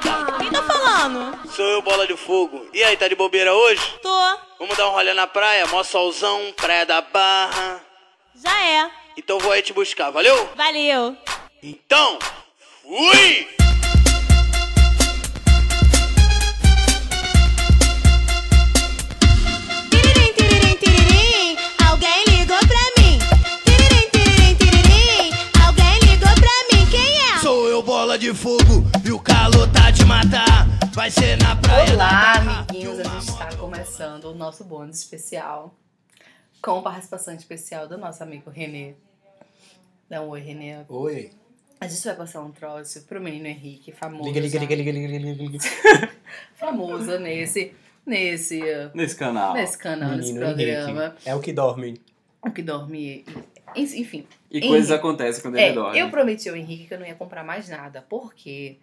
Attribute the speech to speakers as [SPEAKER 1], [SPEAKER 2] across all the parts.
[SPEAKER 1] tá
[SPEAKER 2] eu, bola de fogo. E aí, tá de bobeira hoje?
[SPEAKER 1] Tô.
[SPEAKER 2] Vamos dar um rolê na praia, mó solzão, praia da barra.
[SPEAKER 1] Já é.
[SPEAKER 2] Então vou aí te buscar, valeu?
[SPEAKER 1] Valeu.
[SPEAKER 2] Então, fui!
[SPEAKER 1] Tiririm, tiririm, tiririm, alguém ligou pra mim. Tiririm, tiririm, tiririm, alguém ligou pra mim. Quem é?
[SPEAKER 2] Sou eu, bola de fogo, e o calor tá te matar. Vai ser na praia.
[SPEAKER 3] Olá, amiguinhos! A gente está começando o nosso bônus especial com participação especial do nosso amigo Renê. Dá um oi, Renê.
[SPEAKER 4] Oi.
[SPEAKER 3] A gente vai passar um troço pro menino Henrique, famoso.
[SPEAKER 4] Liga, liga, liga, liga, liga, liga, liga.
[SPEAKER 3] Famoso nesse, nesse,
[SPEAKER 5] nesse canal.
[SPEAKER 3] nesse canal, nesse
[SPEAKER 4] Ah, Menino
[SPEAKER 3] programa.
[SPEAKER 4] Henrique. É o que dorme.
[SPEAKER 3] O que dorme. Enfim.
[SPEAKER 5] E
[SPEAKER 3] Henrique.
[SPEAKER 5] coisas acontecem quando
[SPEAKER 3] É,
[SPEAKER 5] ele dorme.
[SPEAKER 3] eu prometi ao Henrique que eu não ia comprar mais nada, porque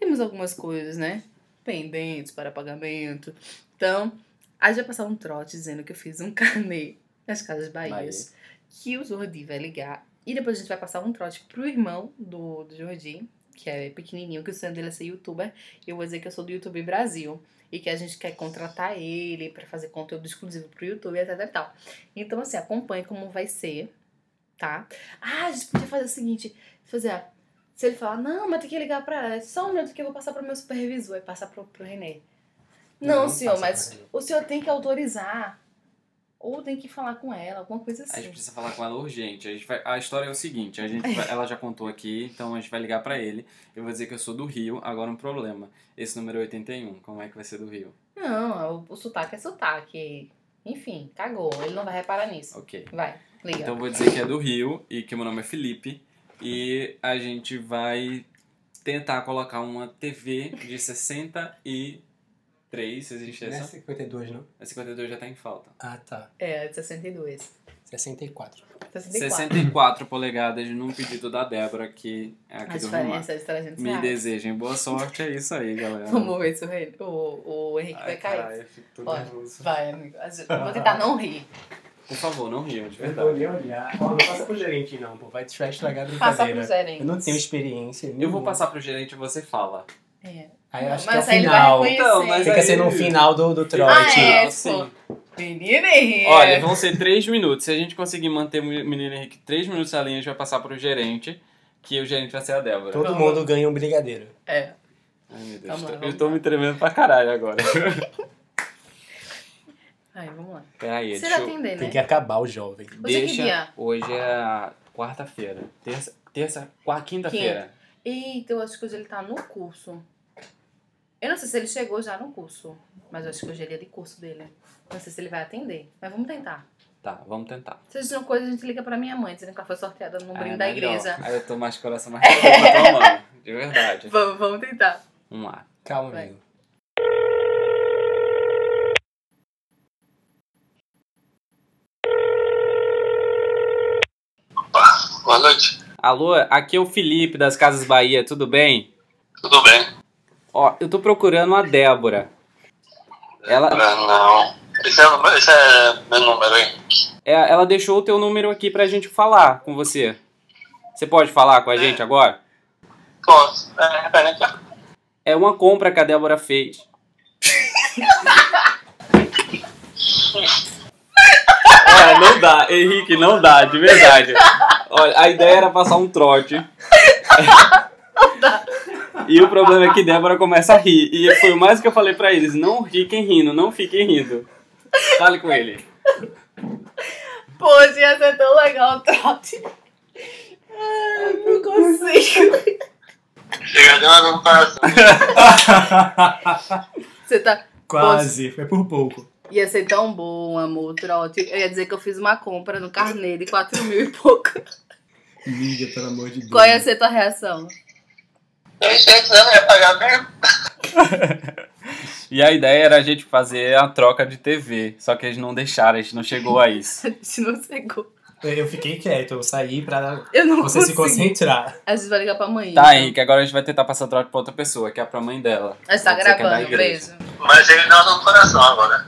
[SPEAKER 3] temos algumas coisas, né? Pendentes para pagamento. Então, a gente vai passar um trote dizendo que eu fiz um carnê nas Casas Bahias, que o Jordi vai ligar. E depois a gente vai passar um trote pro irmão do, do Jordi, que é pequenininho, que o sonho dele é ser youtuber. E eu vou dizer que eu sou do YouTube Brasil. E que a gente quer contratar ele para fazer conteúdo exclusivo pro YouTube, etc e tal. Então, assim, acompanhe como vai ser, tá? Ah, a gente podia fazer o seguinte: fazer, ah, se ele falar, não, mas tem que ligar pra ela, é só um minuto que eu vou passar pro meu supervisor e passar pro, pro René. Não,
[SPEAKER 4] Não,
[SPEAKER 3] senhor,
[SPEAKER 4] passa pro
[SPEAKER 3] mas
[SPEAKER 4] René.
[SPEAKER 3] o senhor tem que autorizar. Ou tem que falar com ela, alguma coisa
[SPEAKER 5] A gente
[SPEAKER 3] assim.
[SPEAKER 5] precisa falar com ela urgente. A, gente vai- a história é o seguinte: a gente vai- ela já contou aqui, então a gente vai ligar pra ele. Eu vou dizer que eu sou do Rio, agora um problema. Esse número é 81, como é que vai ser do Rio?
[SPEAKER 3] Não, o, o sotaque é sotaque. Enfim, cagou. Ele não vai reparar nisso.
[SPEAKER 5] Ok.
[SPEAKER 3] Vai, liga.
[SPEAKER 5] Então eu vou dizer que é do Rio e que meu nome é Felipe. E a gente vai tentar colocar uma TV de 63, existe
[SPEAKER 4] Não é
[SPEAKER 5] essa?
[SPEAKER 4] 52, não?
[SPEAKER 5] A 52 já tá em falta.
[SPEAKER 4] Ah, tá.
[SPEAKER 3] É, de 62.
[SPEAKER 4] 64.
[SPEAKER 3] 64.
[SPEAKER 5] 64 polegadas num pedido da Débora, que é
[SPEAKER 3] A
[SPEAKER 5] aqui do Rio Mar.
[SPEAKER 3] diferença é de 300
[SPEAKER 5] Me
[SPEAKER 3] reais.
[SPEAKER 5] desejem boa sorte, é isso aí, galera.
[SPEAKER 3] Vamos ver se o, René- o, o Henrique vai cair. Olha,
[SPEAKER 4] é
[SPEAKER 3] vai, amigo. A gente- eu Vou tentar não rir.
[SPEAKER 5] Por favor, não riam, de
[SPEAKER 4] Eu não vou
[SPEAKER 5] verdade.
[SPEAKER 4] nem olhar. Ó, Não passa pro gerente, não, pô. Vai te vai estragar a brincadeira.
[SPEAKER 3] Passar pro gerente.
[SPEAKER 4] Eu não tenho experiência.
[SPEAKER 5] Eu vou
[SPEAKER 4] nenhuma.
[SPEAKER 5] passar pro gerente e você fala.
[SPEAKER 3] É.
[SPEAKER 4] Aí eu acho
[SPEAKER 3] Mas
[SPEAKER 4] que é
[SPEAKER 3] aí
[SPEAKER 4] o
[SPEAKER 3] ele
[SPEAKER 4] final.
[SPEAKER 3] vai reconhecer.
[SPEAKER 5] Então, mas-
[SPEAKER 4] Fica assim. sendo o final do, do trote.
[SPEAKER 3] Ah, é, tipo-
[SPEAKER 5] Sim.
[SPEAKER 3] Menina Henrique.
[SPEAKER 5] Olha, vão ser três minutos. Se a gente conseguir manter o menino Henrique três minutos na linha, a gente vai passar pro gerente, que o gerente vai ser a Débora.
[SPEAKER 4] Todo mundo ganha um brigadeiro.
[SPEAKER 3] É.
[SPEAKER 5] Ai, meu Deus,
[SPEAKER 3] Vamos lá,
[SPEAKER 5] tô-
[SPEAKER 3] Tá vamos
[SPEAKER 5] eu tô
[SPEAKER 3] lá.
[SPEAKER 5] me tremendo pra caralho agora.
[SPEAKER 3] Aí, vamos lá.
[SPEAKER 5] Peraí,
[SPEAKER 3] Você
[SPEAKER 5] deixa
[SPEAKER 3] já
[SPEAKER 5] eu...
[SPEAKER 3] tem ideia,
[SPEAKER 4] Tem
[SPEAKER 3] né?
[SPEAKER 4] que acabar o jovem.
[SPEAKER 3] Hoje é que dia?
[SPEAKER 5] Deixa... Hoje é a quarta-feira. Terça... Terça... qua- Quinta-feira.
[SPEAKER 3] Eita, eu acho que hoje ele tá no curso. Eu não sei se ele chegou já no curso, mas eu acho que hoje ele é de curso dele. Não sei se ele vai atender, mas vamos tentar.
[SPEAKER 5] Tá, vamos tentar.
[SPEAKER 3] Se vocês coisa, a gente liga pra minha mãe, dizendo que ela foi sorteada
[SPEAKER 4] Ah,
[SPEAKER 3] no brinde
[SPEAKER 5] É,
[SPEAKER 3] da
[SPEAKER 5] melhor.
[SPEAKER 3] igreja.
[SPEAKER 5] Aí eu tô mais coração mais pra tomar. De verdade.
[SPEAKER 3] Vamos, vamos tentar.
[SPEAKER 5] Vamos lá.
[SPEAKER 4] Calma,
[SPEAKER 3] Vai.
[SPEAKER 4] amigo.
[SPEAKER 6] Boa noite,
[SPEAKER 5] Alô, aqui é o Felipe das Casas Bahia, tudo bem?
[SPEAKER 6] tudo bem?
[SPEAKER 5] Ó, eu tô procurando a Débora. Ela,
[SPEAKER 6] Ah, Não, esse é, esse é meu número aí.
[SPEAKER 5] é- ela deixou o teu número aqui pra gente falar com você. Você pode falar com a gente agora?
[SPEAKER 6] Posso? É referente a
[SPEAKER 5] É uma compra que a Débora fez. Olha, não dá, Henrique, não dá, de verdade. Olha, a ideia era passar um trote. E o problema é que Débora começa a rir. E foi mais o que eu falei pra eles: não fiquem rindo, não fiquem rindo. Fale com ele.
[SPEAKER 3] Poxa, ia ser tão legal o trote. Ai, não consigo.
[SPEAKER 6] Chega de uma no coração.
[SPEAKER 3] Você tá.
[SPEAKER 4] Quase. Foi por pouco.
[SPEAKER 3] Ia ser tão bom, amor, o trote. Eu ia dizer que eu fiz uma compra no carnê de 4 mil e pouco.
[SPEAKER 4] Liga, pelo amor de Deus.
[SPEAKER 3] Qual é ia ser tua reação?
[SPEAKER 6] Eu achei que você né? não ia pagar mesmo.
[SPEAKER 5] E a ideia era a gente fazer a troca de TV. Só que eles não deixaram, a gente não chegou a isso.
[SPEAKER 3] A gente não chegou.
[SPEAKER 4] Eu fiquei quieto. Eu saí pra
[SPEAKER 3] Eu não
[SPEAKER 4] você se
[SPEAKER 3] consegui.
[SPEAKER 4] concentrar.
[SPEAKER 3] A gente vai ligar pra mãe.
[SPEAKER 5] Tá, Henrique, agora a gente vai tentar passar trote pra outra pessoa, que é pra mãe dela.
[SPEAKER 3] A gente tá
[SPEAKER 5] Vou dizer que é da
[SPEAKER 3] gravando,
[SPEAKER 5] igreja. É,
[SPEAKER 3] beijo.
[SPEAKER 6] Mas chega de uma no coração agora.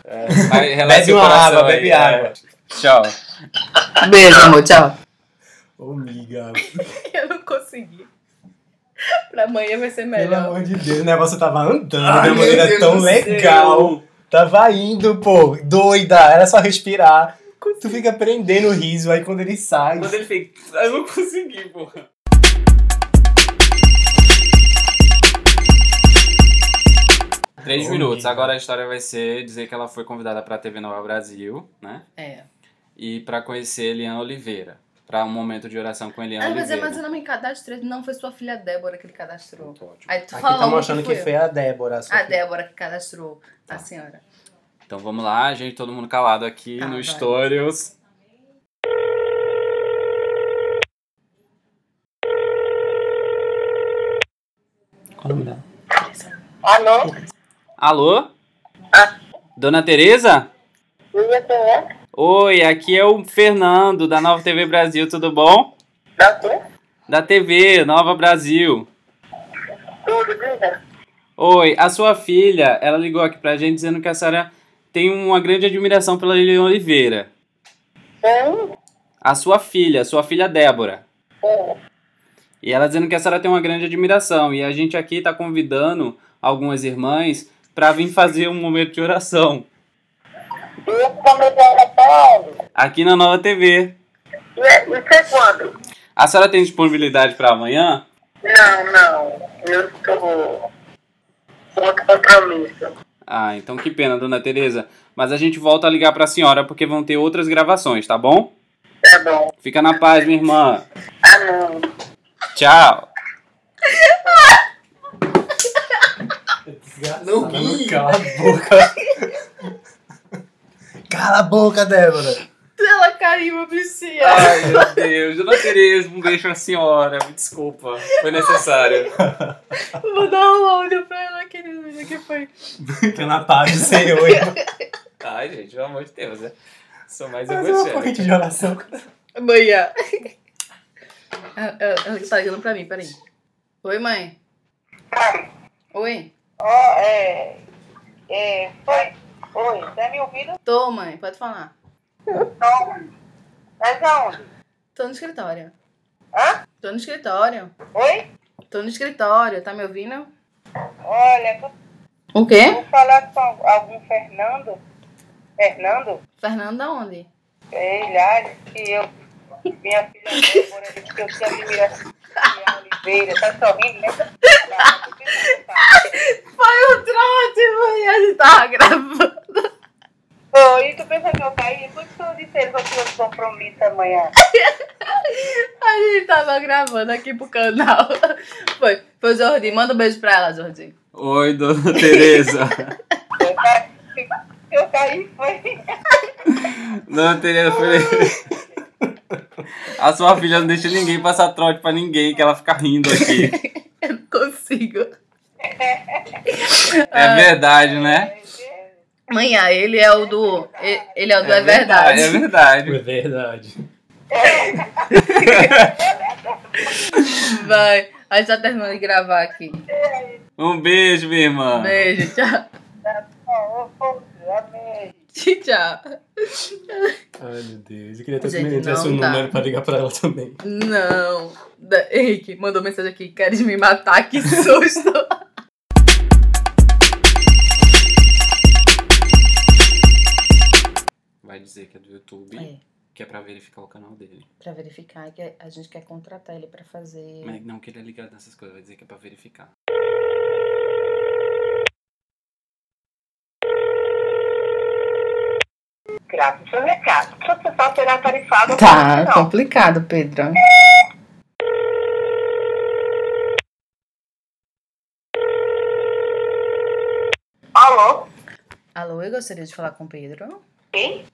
[SPEAKER 5] Vai, relaxa
[SPEAKER 4] Bebe
[SPEAKER 5] o
[SPEAKER 4] uma
[SPEAKER 5] coração
[SPEAKER 4] água,
[SPEAKER 5] aí,
[SPEAKER 4] bebe
[SPEAKER 5] é.
[SPEAKER 4] água.
[SPEAKER 5] Tchau.
[SPEAKER 3] Beijo, amor, tchau.
[SPEAKER 4] Ô, miga.
[SPEAKER 3] Eu não consegui. Pra amanhã vai ser
[SPEAKER 4] Pelo
[SPEAKER 3] melhor.
[SPEAKER 4] amor de Deus, o negócio tava andando de
[SPEAKER 5] Ai,
[SPEAKER 4] uma
[SPEAKER 5] meu
[SPEAKER 4] maneira
[SPEAKER 5] Deus
[SPEAKER 4] tão
[SPEAKER 5] do
[SPEAKER 4] legal. Tava indo, pô, doida, era só respirar. Tu fica prendendo o riso, aí quando ele sai.
[SPEAKER 5] Quando ele fez. Eu não consegui, porra. Três
[SPEAKER 4] Horrível.
[SPEAKER 5] minutos. Agora a história vai ser dizer que ela foi convidada pra TV Nova Brasil, né?
[SPEAKER 3] É.
[SPEAKER 5] E pra conhecer Eliane Oliveira. Pra um momento de oração com Eliane
[SPEAKER 3] Ah, mas, é,
[SPEAKER 5] Oliveira.
[SPEAKER 3] mas eu não me cadastrei. Não, foi sua filha Débora que ele cadastrou.
[SPEAKER 5] Muito ótimo.
[SPEAKER 3] Aí tu
[SPEAKER 4] Aqui
[SPEAKER 3] falou
[SPEAKER 4] tá mostrando
[SPEAKER 3] que
[SPEAKER 4] que
[SPEAKER 3] foi
[SPEAKER 4] foi a Débora. só
[SPEAKER 3] a
[SPEAKER 4] que-
[SPEAKER 3] Débora que cadastrou a senhora.
[SPEAKER 5] Então vamos lá, gente, todo mundo calado aqui
[SPEAKER 3] Tá,
[SPEAKER 5] no
[SPEAKER 3] vai.
[SPEAKER 5] Stories. Qual o nome dela?
[SPEAKER 7] Alô?
[SPEAKER 5] Alô? Dona Tereza?
[SPEAKER 7] Liga quem é?
[SPEAKER 5] Oi, aqui é o Fernando da Nova TV Brasil, tudo bom?
[SPEAKER 7] Da quê?
[SPEAKER 5] Da TV Nova Brasil.
[SPEAKER 7] Tudo, diga.
[SPEAKER 5] Oi, a sua filha, ela ligou aqui pra gente dizendo que a senhora tem uma grande admiração pela Lilian Oliveira.
[SPEAKER 7] Quem?
[SPEAKER 5] A sua filha, sua filha Débora.
[SPEAKER 7] Quem?
[SPEAKER 5] E ela dizendo que a senhora tem uma grande admiração. E a gente aqui tá convidando algumas irmãs pra vir fazer um momento de oração.
[SPEAKER 7] E esse comitê era pra onde?
[SPEAKER 5] Aqui na Nova TV.
[SPEAKER 7] E é- Isso é quando?
[SPEAKER 5] A senhora tem disponibilidade pra amanhã?
[SPEAKER 7] Não, não. Eu estou com outro compromisso.
[SPEAKER 5] Ah, então que pena, dona Tereza. Mas a gente volta a ligar pra senhora porque vão ter outras gravações, tá bom?
[SPEAKER 7] Tá bom.
[SPEAKER 5] Fica na paz, minha irmã.
[SPEAKER 7] Ah, não.
[SPEAKER 5] Tchau.
[SPEAKER 4] Não, cala a boca. cala a boca, Débora.
[SPEAKER 3] Ela caiu, a bichinha.
[SPEAKER 5] Ai, meu Deus. Dona Tereza, um beijo pra senhora. Me desculpa. Foi necessário.
[SPEAKER 3] Vou dar um áudio pra ela, querida. Que foi?
[SPEAKER 4] Fica na paz do Senhor.
[SPEAKER 5] Ai, gente, pelo amor de Deus. né? Sou mais
[SPEAKER 4] Mas é uma corrente de oração.
[SPEAKER 3] Amanhã. Ela, ela- ela tá ligando pra mim, peraí. Oi, mãe. Oi.
[SPEAKER 7] Ó, é... É... Foi... Oi, tá me ouvindo?
[SPEAKER 3] Tô, mãe. Pode falar.
[SPEAKER 7] Não. Mas aonde?
[SPEAKER 3] Tô no escritório.
[SPEAKER 7] Hã?
[SPEAKER 3] Tô no escritório.
[SPEAKER 7] Oi?
[SPEAKER 3] Tô no escritório. Tá me ouvindo?
[SPEAKER 7] Olha, vou-
[SPEAKER 3] O quê?
[SPEAKER 7] vou falar com algum Fernando. Fernando?
[SPEAKER 3] Fernando, onde?
[SPEAKER 7] Ele acha que eu, minha filha Débora, é que eu tinha admiração a Oliveira, tá né? sorrindo, né?
[SPEAKER 3] Foi o trote, mãe. A gente tava gravando.
[SPEAKER 7] Ô, e tu pensa que eu caí? Por isso que eu disse a ele que eu tinha um compromisso amanhã.
[SPEAKER 3] A gente tava gravando aqui pro canal. Foi. Foi o Jordi. Manda um beijo pra ela, Jordi.
[SPEAKER 5] Oi, dona Tereza.
[SPEAKER 7] Eu caí, eu caí foi.
[SPEAKER 5] Dona Tereza foi. A sua filha não deixa ninguém passar trote pra ninguém, que ela fica rindo aqui.
[SPEAKER 3] Eu não consigo.
[SPEAKER 5] É verdade, né?
[SPEAKER 3] Manhã, ele é o do. e- Ele é o do É, Verdade.
[SPEAKER 5] É verdade.
[SPEAKER 4] É verdade.
[SPEAKER 3] Vai. A gente tá terminando de gravar aqui.
[SPEAKER 5] Um beijo, minha irmã.
[SPEAKER 3] Beijo, tchau.
[SPEAKER 7] Ô, pô, amém.
[SPEAKER 3] Tchau.
[SPEAKER 4] Ai, meu Deus. Eu queria ter que
[SPEAKER 3] Gente,
[SPEAKER 4] o menino tivesse
[SPEAKER 3] não
[SPEAKER 4] um
[SPEAKER 3] dá.
[SPEAKER 4] número pra ligar pra ela também.
[SPEAKER 3] Não. Da- Henrique, mandou mensagem aqui. Queres me matar? Que susto.
[SPEAKER 5] Vai dizer que é do YouTube, que é pra verificar o canal dele.
[SPEAKER 3] pra verificar que a gente quer contratar ele pra fazer.
[SPEAKER 5] Mas não que ele é ligado nessas coisas, vai dizer que é pra verificar.
[SPEAKER 7] Graças ao recado. Só que só será tarifado.
[SPEAKER 3] Tá,
[SPEAKER 7] não.
[SPEAKER 3] complicado, Pedro.
[SPEAKER 7] Alô?
[SPEAKER 3] Alô, eu gostaria de falar com o Pedro.
[SPEAKER 7] Sim?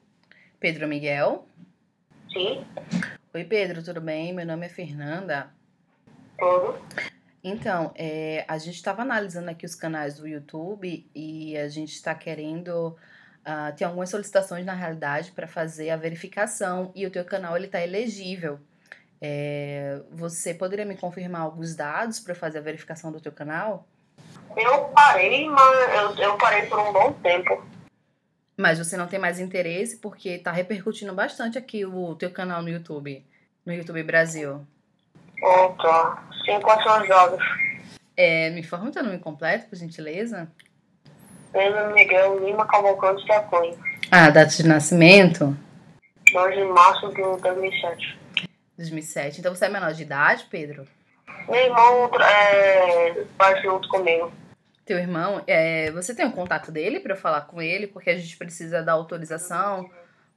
[SPEAKER 3] Pedro Miguel.
[SPEAKER 7] Sim?
[SPEAKER 3] Oi, Pedro, tudo bem? Meu nome é Fernanda.
[SPEAKER 7] Tudo?
[SPEAKER 3] Então, é, a gente estava analisando aqui os canais do YouTube e a gente está querendo. ah, tem algumas solicitações, na realidade, para fazer a verificação e o teu canal ele está elegível. É, você poderia me confirmar alguns dados para fazer a verificação do teu canal?
[SPEAKER 7] Eu parei, mas eu, eu parei por um bom tempo.
[SPEAKER 3] Mas você não tem mais interesse tá porque está repercutindo bastante aqui o teu canal no YouTube, no YouTube Brasil.
[SPEAKER 7] Outro. Cinco outros jogos.
[SPEAKER 3] É, me informa o teu nome completo, por gentileza.
[SPEAKER 7] Pedro Miguel Lima Cavalcante da Cunha.
[SPEAKER 3] Ah, data de nascimento?
[SPEAKER 7] 2 de março de 2007.
[SPEAKER 3] 2007. Então você é menor de idade, Pedro?
[SPEAKER 7] Meu irmão é, vai junto comigo.
[SPEAKER 3] Teu irmão, é, você tem o contato dele pra eu falar com ele? Porque a gente precisa da autorização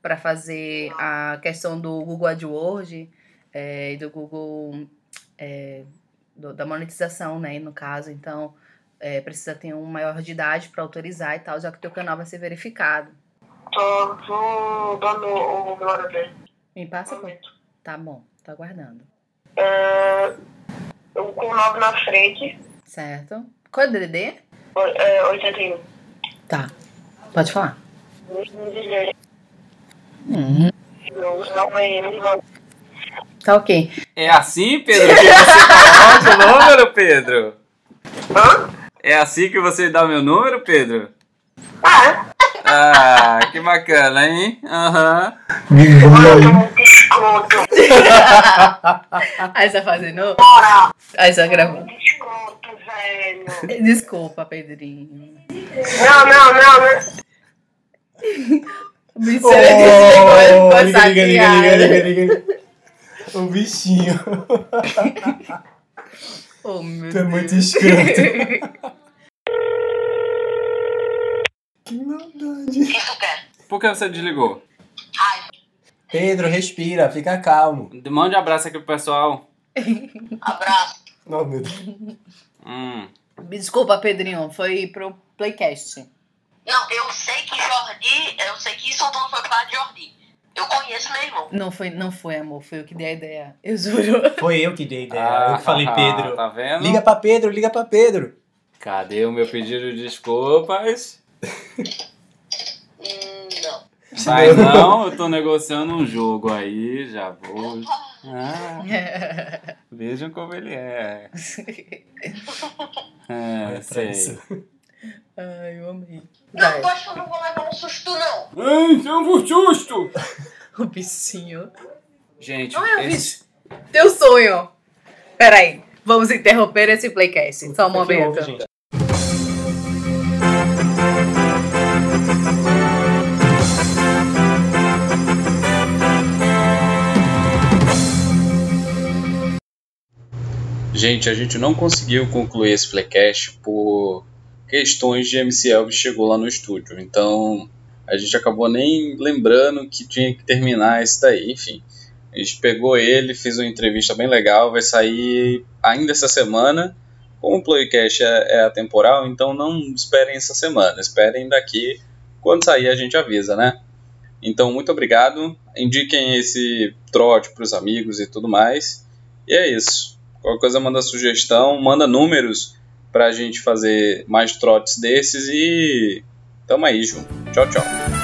[SPEAKER 3] pra fazer a questão do Google AdWords é, e do Google. é, do- da monetização, né? No caso, então é, precisa ter um maior de idade pra autorizar e tal, já que teu canal vai ser verificado.
[SPEAKER 7] Tô, tô dando o número dele.
[SPEAKER 3] Me passa, pô. Tá bom, tô aguardando.
[SPEAKER 7] É, eu com o 9 na frente,
[SPEAKER 3] Certo? Qual é o DDD?
[SPEAKER 7] o- é, 81.
[SPEAKER 3] Tá. Pode falar.
[SPEAKER 7] Não dizer,
[SPEAKER 3] Uhum.
[SPEAKER 7] não, não é ele, não.
[SPEAKER 3] Tá ok.
[SPEAKER 5] É assim, Pedro, que você dá o meu número, Pedro?
[SPEAKER 7] Hã?
[SPEAKER 5] É assim que você dá o meu número, Pedro?
[SPEAKER 7] Ah,
[SPEAKER 5] Ah, que bacana, hein? Aham.
[SPEAKER 7] mano, que escroto.
[SPEAKER 3] Aí Ah, você tá fazendo. Aí você gravou.
[SPEAKER 7] Que escroto, velho.
[SPEAKER 3] Desculpa, Pedrinho.
[SPEAKER 7] Não, não, não, não.
[SPEAKER 3] Me
[SPEAKER 4] Oh,
[SPEAKER 3] desligou essa
[SPEAKER 4] liga, liga, liga,
[SPEAKER 3] piada.
[SPEAKER 4] liga, liga, liga. O bichinho.
[SPEAKER 3] Oh, meu
[SPEAKER 4] Tu é
[SPEAKER 3] Deus.
[SPEAKER 4] muito escroto. Que maldade.
[SPEAKER 5] Por que você desligou?
[SPEAKER 4] Pedro, respira, fica calmo.
[SPEAKER 5] Mande um abraço aqui pro pessoal.
[SPEAKER 6] Abraço.
[SPEAKER 4] Oh, meu Deus.
[SPEAKER 5] Hum.
[SPEAKER 3] Me Desculpa, Pedrinho. Foi pro Playcast.
[SPEAKER 6] Não, eu sei que Jordi, eu sei que São Paulo foi pra Jordi. Eu conheço meu irmão.
[SPEAKER 3] Não foi, não foi, amor. Foi eu que dei a ideia. Eu juro.
[SPEAKER 4] Foi eu que dei ideia.
[SPEAKER 5] Ah,
[SPEAKER 4] É, eu que falei, Pedro.
[SPEAKER 5] Tá vendo?
[SPEAKER 4] Liga pra Pedro, liga pra Pedro.
[SPEAKER 5] Cadê o meu pedido de desculpas?
[SPEAKER 6] Hum, não.
[SPEAKER 5] Mas não, eu tô negociando um jogo aí, já vou. Ah, vejam como ele é. É,
[SPEAKER 4] Olha pra
[SPEAKER 5] sei.
[SPEAKER 4] isso.
[SPEAKER 3] Ai, eu amei.
[SPEAKER 6] Não,
[SPEAKER 3] Vai.
[SPEAKER 6] eu acho que eu não vou levar um susto, não.
[SPEAKER 5] Ai, chamo justo!
[SPEAKER 3] O bichinho.
[SPEAKER 5] Gente,
[SPEAKER 3] Não é o
[SPEAKER 5] esse-
[SPEAKER 3] Teu sonho. Peraí. Vamos interromper esse Playcast. Só um
[SPEAKER 4] Foi que
[SPEAKER 3] momento.
[SPEAKER 4] houve, gente.
[SPEAKER 5] Gente, a gente não conseguiu concluir esse playcast por questões de MC Elvis chegou lá no estúdio. Então, a gente acabou nem lembrando que tinha que terminar esse daí, enfim. A gente pegou ele, fez uma entrevista bem legal, vai sair ainda essa semana. Como o playcast é, é atemporal, então não esperem essa semana, esperem daqui. Quando sair a gente avisa, né? Então, muito obrigado. Indiquem esse trote pros amigos e tudo mais. E é isso. Qualquer coisa manda sugestão, manda números pra gente fazer mais trotes desses e tamo aí, Ju. Tchau, tchau.